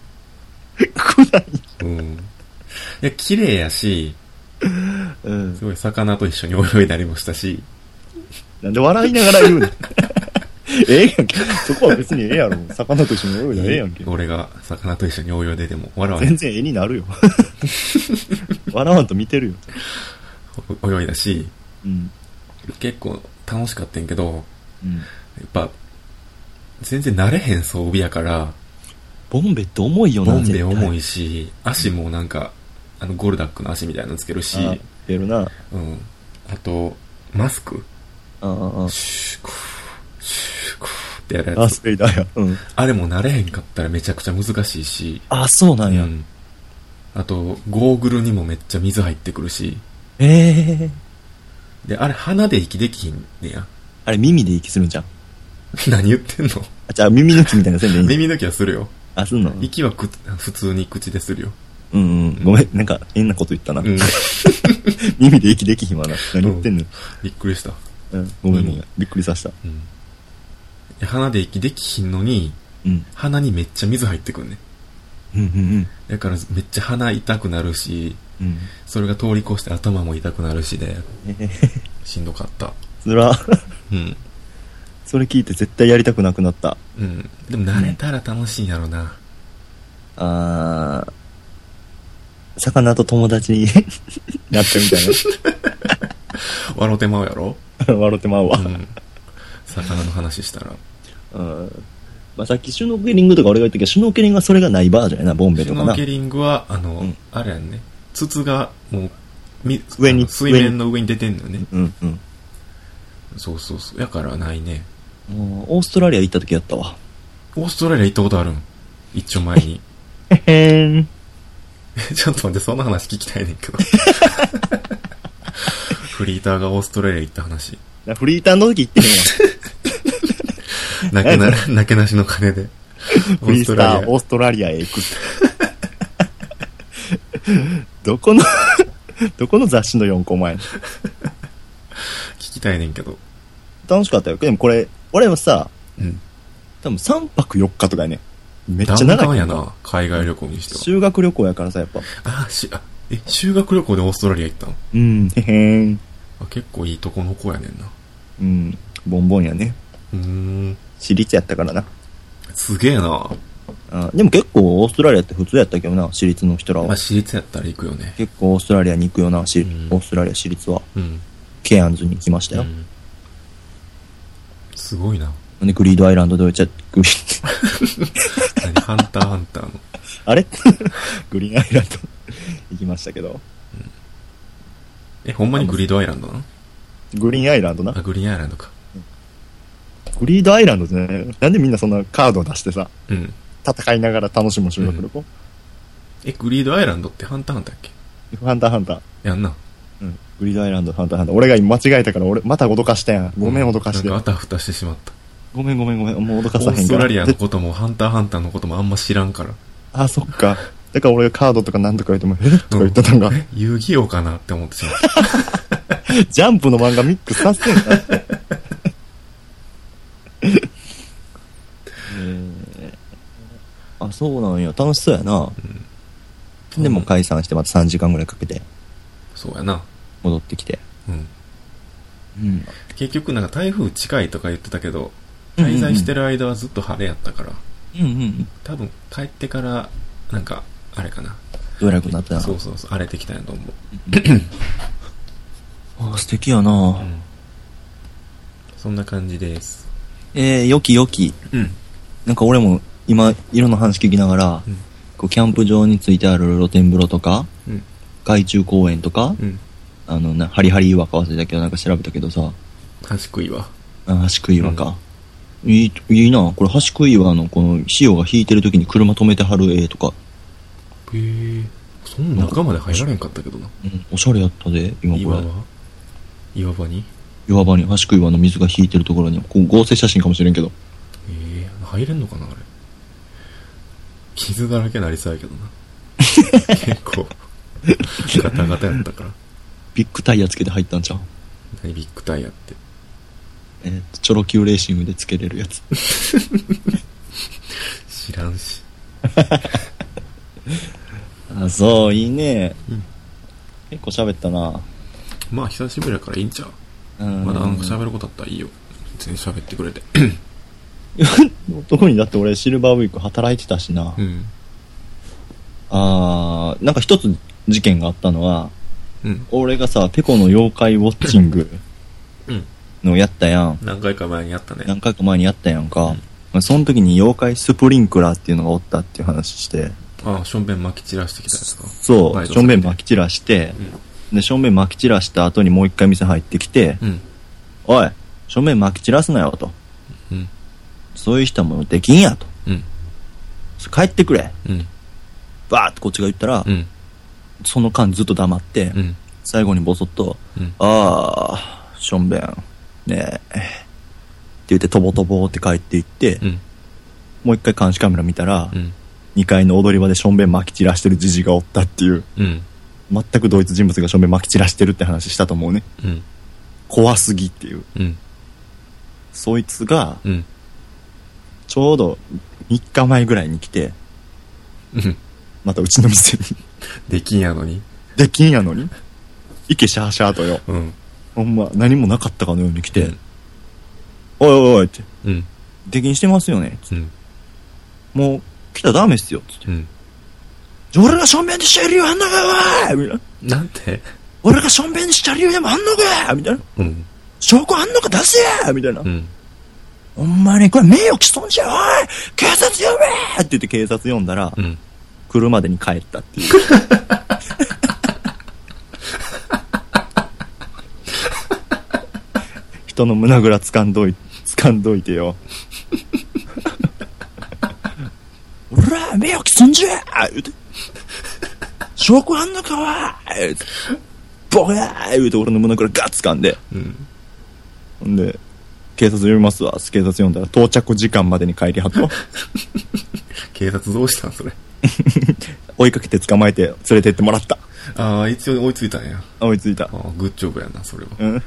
Speaker 2: 来ない。
Speaker 1: うん。いや、綺麗やし、
Speaker 2: うん
Speaker 1: す。ごい魚と一緒に泳いだりもしたし、
Speaker 2: なんで笑いながら 言うねん。ええやんけ。そこは別にええやろ。魚と一緒に泳いだらええやんけ。
Speaker 1: 俺が魚と一緒に泳いでても、笑わない
Speaker 2: 全然絵になる よ。笑わんと見てるよ。
Speaker 1: 泳いだし、
Speaker 2: うん。
Speaker 1: 結構楽しかったんやけど、
Speaker 2: うん。
Speaker 1: やっぱ、全然慣れへん装備やから、
Speaker 2: ボンベって重いよな、
Speaker 1: ボンベ重
Speaker 2: い
Speaker 1: いし、足もなんか、あの、ゴルダックの足みたいなのつけるし、
Speaker 2: し。出るな。
Speaker 1: うん。あと、マスク
Speaker 2: ああ、
Speaker 1: シュークー、シュークーってやる
Speaker 2: あ
Speaker 1: や
Speaker 2: あ。
Speaker 1: つ。
Speaker 2: スペイダーや。うん。
Speaker 1: あれも慣れへんかったらめちゃくちゃ難しいし、
Speaker 2: あ、そうな
Speaker 1: うん
Speaker 2: や。
Speaker 1: ん。あと、ゴーグルにもめっちゃ水入ってくるし、
Speaker 2: ええ
Speaker 1: で、あれ鼻で息できひんねや。
Speaker 2: あれ耳で息するんじゃん。
Speaker 1: 何言ってんの
Speaker 2: あ、じゃあ耳抜きみたいな線でいいんや
Speaker 1: 耳抜きはするよ。
Speaker 2: あ、すんの
Speaker 1: 息はく普通に口でするよ。
Speaker 2: うんうん。ごめん、なんか変なこと言ったな。
Speaker 1: うん。
Speaker 2: 耳で息できひんわな。何言ってんの
Speaker 1: びっくりした。
Speaker 2: うん。ごめんごめ
Speaker 1: うん
Speaker 2: ん。びっくりさせた。
Speaker 1: うん。で鼻で息できひんのに、
Speaker 2: うん。
Speaker 1: 鼻にめっちゃ水入ってくんね。
Speaker 2: うんうん
Speaker 1: だからめっちゃ鼻痛くなるし、
Speaker 2: うん。うん。
Speaker 1: それが通り越して頭も痛くなるしで、しんどかった。
Speaker 2: そら、
Speaker 1: うん。
Speaker 2: それ聞いて絶対やりたくなくなった。
Speaker 1: うん。でも慣れたら楽しいんやろな。
Speaker 2: あー、魚と友達に なってみたい
Speaker 1: 笑うてまうやろ
Speaker 2: な。 笑ってまうわ
Speaker 1: う。ん。魚の話したら。
Speaker 2: うん。まあ、さっきシュノーケリングとか俺が言ったけど、シュノーケリングはそれがないバージョンやな、ボンベ
Speaker 1: シ
Speaker 2: と
Speaker 1: ュ
Speaker 2: か
Speaker 1: ノ
Speaker 2: な
Speaker 1: ー。ケリングは、あの、
Speaker 2: うん
Speaker 1: あれやんね。筒が、もう、み
Speaker 2: 上に
Speaker 1: あの水面の上に出てんのよね。
Speaker 2: うんうん。
Speaker 1: そうそうそう。やからないね。
Speaker 2: もうオーストラリア行った時やったわ。
Speaker 1: オーストラリア行ったことあるん一丁前に。
Speaker 2: へへーん。
Speaker 1: ちょっと待って、そんな話聞きたいねんけ ど。フリーターがオーストラリア行った話。
Speaker 2: なフリーターの時行ってへんわ。
Speaker 1: なけな、なけなしの金で。 オ
Speaker 2: フリ
Speaker 1: ー
Speaker 2: ー
Speaker 1: スト
Speaker 2: スタ
Speaker 1: ラ
Speaker 2: ー、
Speaker 1: リ
Speaker 2: オーストラリアへ行く。 どこの、どこの雑誌の4個前
Speaker 1: ア。聞きたいねんけど。
Speaker 2: 楽しかったよ。でもこれ、俺もさ、
Speaker 1: うん。
Speaker 2: 多分3泊4日とかやね。めっちゃ
Speaker 1: ダウンタウ
Speaker 2: 長
Speaker 1: ン
Speaker 2: い。
Speaker 1: やな。海外旅行にしては。
Speaker 2: 修学旅行やからさ、やっぱ。
Speaker 1: あ、し、あ、え、修学旅行でオーストラリア行ったの
Speaker 2: うん、へへん。
Speaker 1: あ、結構いいとこの子やねんな。
Speaker 2: うん、ボンボンやね。
Speaker 1: うーん。
Speaker 2: 私立やったからな。
Speaker 1: すげえな。
Speaker 2: あでも結構オーストラリアって普通やったけどな、私立の人ら
Speaker 1: まあ、
Speaker 2: は。
Speaker 1: 私立やったら行くよね。
Speaker 2: 結構オーストラリアに行くよな、し
Speaker 1: うん
Speaker 2: オーストラリア私立は。
Speaker 1: うん。
Speaker 2: ケアンズに行きましたよ。
Speaker 1: うんすごいな。
Speaker 2: で、グリードアイランドで置いちゃグリ ーン、
Speaker 1: 何ハンターハンターの。
Speaker 2: あれ グリーンアイランド行きましたけど。
Speaker 1: え、ほんまにグリードアイランドなの
Speaker 2: グリーンアイランドな
Speaker 1: あ、。グリーンアイランドか。
Speaker 2: グリードアイランドじゃないよなんでみんなそんなカードを出してさ、
Speaker 1: うん。
Speaker 2: 戦いながら楽しむ修学旅行、
Speaker 1: え、グリードアイランドってハンターハンターやっ
Speaker 2: ハンターハンター。
Speaker 1: けやんな。
Speaker 2: うん。グリードアイランド、ハンターハンター。俺が今間違えたから、俺、また脅かしたやん。ごめん、脅かして。
Speaker 1: なんかあたふたしてしまった。
Speaker 2: ごめん、ごめん、ごめん。もう脅かさ
Speaker 1: オー
Speaker 2: へんから。
Speaker 1: ストラリアのこともハンターハンターのこともあんま知らんから。
Speaker 2: あ、そっか。だから俺がカードとか何とか言っても、えとか言ってたのが、
Speaker 1: え遊戯王かなって思ってしまった。
Speaker 2: ジャンプの漫画ミックスさせんなって。 あ、そうなんや。楽しそうやな。 でも解散してまた3時間ぐらいかけて
Speaker 1: そうやな。
Speaker 2: 戻ってきて。
Speaker 1: うん。
Speaker 2: うん。
Speaker 1: 結局なんか台風近いとか言ってたけど、滞在して
Speaker 2: る。
Speaker 1: る間はずっと晴れやったから、
Speaker 2: うんうんうん。
Speaker 1: 多分帰ってから、なんか、あれかな。
Speaker 2: どれくなったな。
Speaker 1: そうそうそう、荒れてきたんやと思う。
Speaker 2: あ、素敵やな
Speaker 1: うん。そんな感じです。
Speaker 2: えー、よきよき。
Speaker 1: うん。
Speaker 2: なんか俺も今、いろんな話聞きながら、
Speaker 1: うん
Speaker 2: こうキャンプ場についてある露天風呂とか、
Speaker 1: うん。
Speaker 2: 海中公園とか、
Speaker 1: うん。
Speaker 2: あのな、ハリハリ岩か忘れたけど、なんか調べたけどさ、
Speaker 1: 端食いわ。
Speaker 2: あ端食い岩か。いい、いいなこれ端食い岩のこの潮が引いてる時に車止めてはる絵とか、
Speaker 1: へえ。そんな中まで入られんかったけどな。
Speaker 2: うん、おしゃれやったで、今
Speaker 1: 岩
Speaker 2: これ。
Speaker 1: 場岩場に
Speaker 2: 岩場に、端食い岩の水が引いてるところに、こう合成写真かもしれんけど。
Speaker 1: ええ入れんのかなあれ傷だらけなりそうやけどな 結構ガタガタやったから
Speaker 2: ビッグタイヤつけて入ったんじゃん。
Speaker 1: 何ビッグタイヤって
Speaker 2: えーっと、チョロ Q レーシングでつけれるやつ。
Speaker 1: 知らんし
Speaker 2: あ、そう、いいね。
Speaker 1: うん
Speaker 2: 結構喋ったな
Speaker 1: まあ久しぶりやからいいんちゃう
Speaker 2: うん
Speaker 1: まだなんか喋ることあったらいいよ全然喋ってくれて
Speaker 2: 特にだって俺シルバーウィーク働いてたしな。
Speaker 1: うん
Speaker 2: あー、なんか一つ事件があったのは、
Speaker 1: うん
Speaker 2: 俺がさ、ペコの妖怪ウォッチン グ
Speaker 1: うん
Speaker 2: のやったやん。
Speaker 1: 何回か前にやったね
Speaker 2: 何回か前にやったやんか。まあその時に妖怪スプリンクラーっていうのがおったっていう話して、
Speaker 1: ああしょんべん撒き散らしてきたやつか
Speaker 2: そ
Speaker 1: バ
Speaker 2: う、
Speaker 1: イト
Speaker 2: 正面撒き散らして、で、正面撒き散らした後にもう一回店入ってきて、
Speaker 1: うん
Speaker 2: おい、正面撒き散らすなよと。
Speaker 1: うん
Speaker 2: そういう人はもうできんやと。
Speaker 1: うん
Speaker 2: 帰ってくれ。
Speaker 1: うん
Speaker 2: バーってこっちが言ったら、
Speaker 1: うん
Speaker 2: その間ずっと黙って、
Speaker 1: うん
Speaker 2: 最後にボソッと、
Speaker 1: うん
Speaker 2: ああ、しょんべん、ねえ、って言って、とぼとぼって帰っていって、
Speaker 1: うん
Speaker 2: もう一回監視カメラ見たら、
Speaker 1: うん
Speaker 2: 2階の踊り場でしょんべん撒き散らしてるじじがおったっていう、
Speaker 1: うん
Speaker 2: 全く同一人物がしょんべん撒き散らしてるって話したと思うね。
Speaker 1: うん
Speaker 2: 怖すぎっていう。
Speaker 1: うん
Speaker 2: そいつが、
Speaker 1: うん
Speaker 2: ちょうど3日前ぐらいに来て、
Speaker 1: うん。
Speaker 2: またうちの店に。
Speaker 1: できんやのに。
Speaker 2: できんやのに。池シャーシャーとよ。
Speaker 1: うん。
Speaker 2: ほんま、何もなかったかのように来て、
Speaker 1: うん
Speaker 2: おいおいおいって、
Speaker 1: うん。
Speaker 2: 出禁してますよね。
Speaker 1: うん。
Speaker 2: もう、来たらダメっすよ。つって
Speaker 1: うん。
Speaker 2: じゃあ俺がしょんべんにした理由あんのかよおいみたいな。
Speaker 1: なんて
Speaker 2: 俺がしょんべんにした理由でもあんのかよみたいな。
Speaker 1: うん。
Speaker 2: 証拠あんのか出せやみたいな
Speaker 1: う。ん。
Speaker 2: ほんまに、これ名誉毀損じゃおい警察呼べって言って警察呼んだら、
Speaker 1: うん。
Speaker 2: 来るまでに帰ったって いう。人の胸ぐら掴んどい、掴んどいてよ。おら、目を毀損じゃ言うて。証拠あんのかわ言うてボケー言うて俺の胸ぐらガッ掴んで。
Speaker 1: うん。
Speaker 2: ほんで、警察呼びますわ。警察呼んだら到着時間までに帰りはっ と。
Speaker 1: 警察どうしたんそれ。
Speaker 2: 追いかけて捕まえて連れてってもらった。
Speaker 1: ああ、一応追いついたんや。
Speaker 2: 追いついた
Speaker 1: あ。あ、グッジョブやな、それは。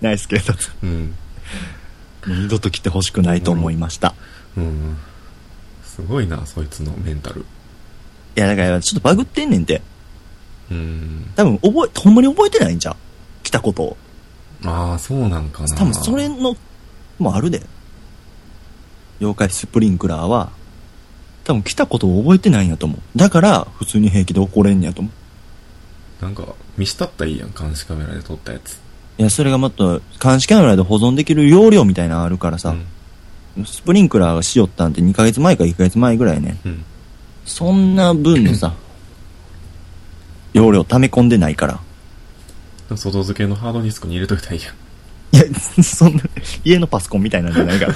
Speaker 2: ナイス警察。
Speaker 1: うん。
Speaker 2: もう二度と来てほしくないと思いました。
Speaker 1: うん。すごいな、そいつのメンタル。
Speaker 2: いや、だからちょっとバグってんねんて。
Speaker 1: うん。
Speaker 2: 多分覚え、ほんまに覚えてないんじゃん。来たことを。
Speaker 1: ああ、そうなんかな。
Speaker 2: 多分それの、もあるで。妖怪スプリンクラーは、多分来たことを覚えてないんやと思う。だから、普通に平気で怒れんねやと思う。
Speaker 1: なんか、見したったらいいやん、監視カメラで撮ったやつ。
Speaker 2: いや、それがもっと、監視カメラで保存できる容量みたいなのあるから
Speaker 1: う
Speaker 2: さ、
Speaker 1: ん。
Speaker 2: スプリンクラーがしよったんて2ヶ月前か1ヶ月前ぐらいね。
Speaker 1: うん。
Speaker 2: そんな分のさ、 容量溜め込んでないから。
Speaker 1: 外付けのハードディスクに入れといたらいいやん。
Speaker 2: いや、そんな、家のパソコンみたいなんじゃ ないから。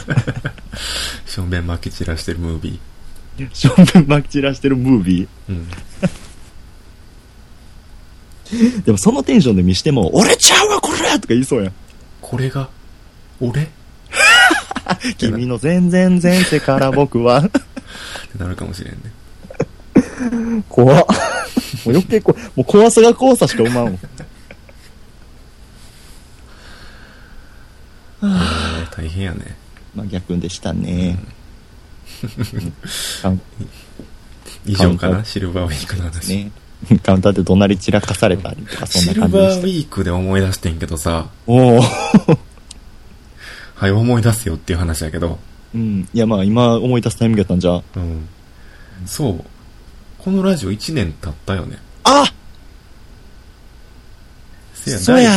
Speaker 1: しょんべんまき散らしてるムービ
Speaker 2: しょんべんまき散らしてるムービ
Speaker 1: ー。うん。
Speaker 2: ー。でもそのテンションで見しても、俺ちゃうわ、これとか言いそうやん。
Speaker 1: これが、俺っ
Speaker 2: 君の全然前世から僕は。
Speaker 1: てなるかもしれんね。
Speaker 2: 怖っ。もう余計怖い。もう怖さが怖さしか思わんもん。
Speaker 1: あー大変やね。
Speaker 2: まあ逆でしたね。カウン
Speaker 1: 以上かな、シルバーウィークの話。
Speaker 2: ね。カウンターで怒鳴り散らかされたりとか、そ
Speaker 1: シ
Speaker 2: ん
Speaker 1: ル
Speaker 2: な
Speaker 1: バ
Speaker 2: 感じで
Speaker 1: ー
Speaker 2: し
Speaker 1: ウィ
Speaker 2: た。
Speaker 1: ークで思い出してんけどさ、
Speaker 2: おお。
Speaker 1: はい、思い出すよっていう話やけど、
Speaker 2: うん。いやまあ今思い出すタイミングやったんじゃ。
Speaker 1: うん。そう。このラジオ1年経ったよね。
Speaker 2: あ
Speaker 1: せや、
Speaker 2: そうや。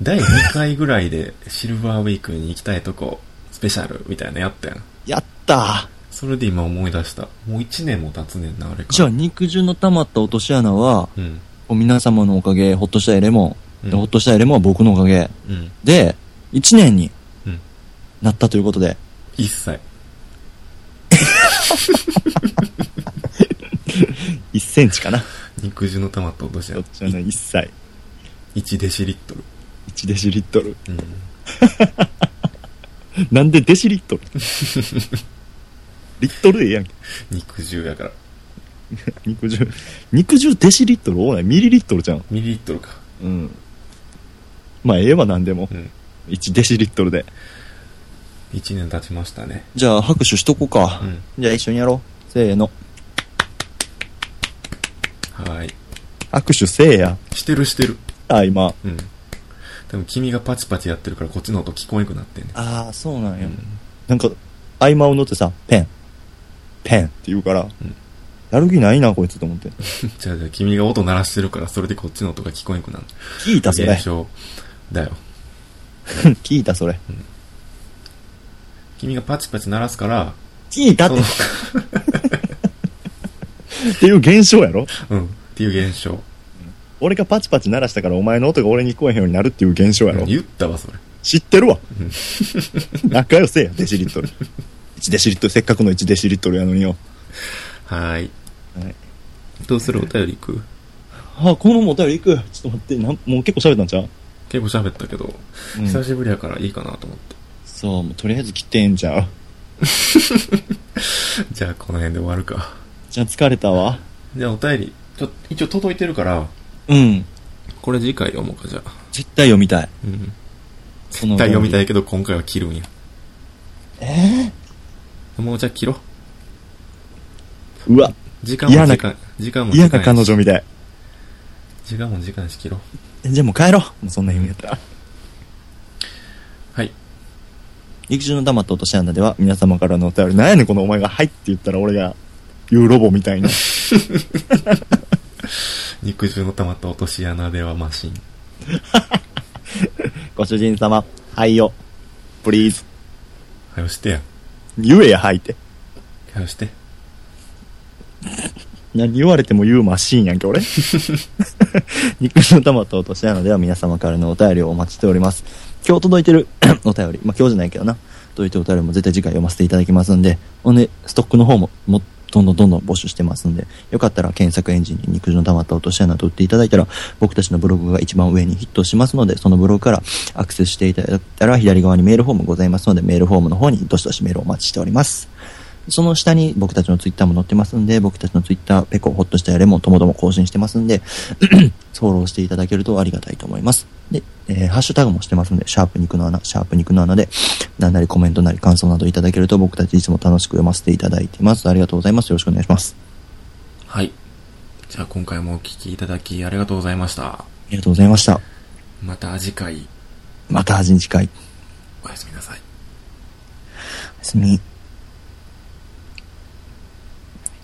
Speaker 1: 第第2回ぐらいでシルバーウィークに行きたいとこ、スペシャルみたいなのやったやん。
Speaker 2: やった
Speaker 1: それで今思い出した。もう1年も経つねんな、あれか。
Speaker 2: じゃあ肉汁の溜まった落とし穴は、
Speaker 1: うん。
Speaker 2: 皆様のおかげ、ほっとしたエレモン、
Speaker 1: うん
Speaker 2: でほっとしたエレモンは僕のおかげ。
Speaker 1: うん。
Speaker 2: で、1年に
Speaker 1: うん
Speaker 2: なったということで、
Speaker 1: 一切。
Speaker 2: 1センチかな。
Speaker 1: 肉汁の溜まった落とし
Speaker 2: ど
Speaker 1: 穴
Speaker 2: っ。ちの1歳、
Speaker 1: 1デシリットル。
Speaker 2: 1デシリットル。
Speaker 1: うん。
Speaker 2: なんでデシリットルリットルでええやんけ。
Speaker 1: 肉汁やから。
Speaker 2: 肉汁、肉汁デシリットル多ない。ミリリットルじゃん。
Speaker 1: ミリリットルか。
Speaker 2: うん。まあ、ええわ、なんでも
Speaker 1: う。ん。
Speaker 2: 1デシリットルで。
Speaker 1: 1年経ちましたね。
Speaker 2: じゃあ、拍手しとこうか。
Speaker 1: うん。
Speaker 2: じゃあ、一緒にやろう。せーの。
Speaker 1: はーい。
Speaker 2: 拍手せーや。
Speaker 1: してるしてる。
Speaker 2: あ、今。
Speaker 1: うん。多分君がパチパチやってるからこっちの音聞こえなくなってんね。
Speaker 2: ああ、そうなん
Speaker 1: う
Speaker 2: や。
Speaker 1: ん。
Speaker 2: なんか、合間を乗ってさ、ペン、ペンって言うから、
Speaker 1: ん
Speaker 2: やる気ないな、こいつと思って。
Speaker 1: じゃあじゃあ君が音鳴らしてるからそれでこっちの音が聞こえなくなる。
Speaker 2: 聞いた、それ
Speaker 1: 現。象だよ。
Speaker 2: 聞いた、それ。
Speaker 1: 君がパチパチ鳴らすから、
Speaker 2: 聞いたっ
Speaker 1: その
Speaker 2: て、っていう現象やろ
Speaker 1: うん。っていう現象。
Speaker 2: 俺がパチパチ鳴らしたからお前の音が俺に聞こえへんようになるっていう現象やろ
Speaker 1: 言ったわ、それ。
Speaker 2: 知ってるわ 仲良せや、デシリットル。1デシリットル、せっかくの1デシリットルやのによ。
Speaker 1: はーい。
Speaker 2: はい
Speaker 1: どうするお便り行く
Speaker 2: あ、このままお便り行く。ちょっと待って、なんもう結構喋ったんちゃう、
Speaker 1: 結構喋ったけど、
Speaker 2: うん
Speaker 1: 久しぶりやからいいかなと思って。
Speaker 2: そう、もうとりあえず切ってんじゃん。
Speaker 1: じゃあこの辺で終わるか。
Speaker 2: じゃあ疲れたわ。
Speaker 1: じゃあお便り、ちょっと一応届いてるから、
Speaker 2: うん。
Speaker 1: これ次回読もうか、じゃあ。
Speaker 2: 絶対読みたい。
Speaker 1: うん。絶
Speaker 2: 絶
Speaker 1: 対読みた
Speaker 2: い。
Speaker 1: いけど今回は切るんや。
Speaker 2: えー
Speaker 1: もうじゃあ切ろう。
Speaker 2: うわ、
Speaker 1: 時間も
Speaker 2: 嫌な
Speaker 1: 時間、時間も時間
Speaker 2: 嫌
Speaker 1: やし
Speaker 2: な彼女みたい。
Speaker 1: 時間も時間やし切ろう。
Speaker 2: えじゃあもう帰ろう。もうそんな意味やったら。
Speaker 1: はい。
Speaker 2: 劇中の玉と落とし穴では皆様からのお便り、なんやねんこのお前が、はいって言ったら俺が言うロボみたいな。
Speaker 1: 肉汁の溜まった落とし穴ではマシン。
Speaker 2: ご主人様、はいよ。プリーズ。
Speaker 1: はよしてや。
Speaker 2: 言えや、はいって。
Speaker 1: はよして。
Speaker 2: 何言われても言うマシーンやんけ、俺。肉の玉と落とし穴では皆様からのお便りをお待ちしております。今日届いてる お便り、まあ今日じゃないけどな、届いてるお便りも絶対次回読ませていただきますんで、ほんで、ストックの方ももどんどんどんどん募集してますんで、よかったら検索エンジンに肉の玉と落とし穴と打っていただいたら、僕たちのブログが一番上にヒットしますので、そのブログからアクセスしていただいたら、左側にメールフォームございますので、メールフォームの方にどしどしメールをお待ちしております。その下に僕たちのツイッターも載ってますんで、僕たちのツイッター、ペコ、ホッとしたやレモンともども更新してますんで、 フォローしていただけるとありがたいと思います。で、えーハッシュタグもしてますんで、シャープ肉の穴、シャープ肉の穴で、何なりコメントなり感想などいただけると僕たちいつも楽しく読ませていただいています。ありがとうございます。よろしくお願いします。
Speaker 1: はい。じゃあ今回もお聞きいただきありがとうございました。
Speaker 2: ありがとうございました。
Speaker 1: また次回、
Speaker 2: また味に近い。
Speaker 1: おやすみなさい。
Speaker 2: おやすみ。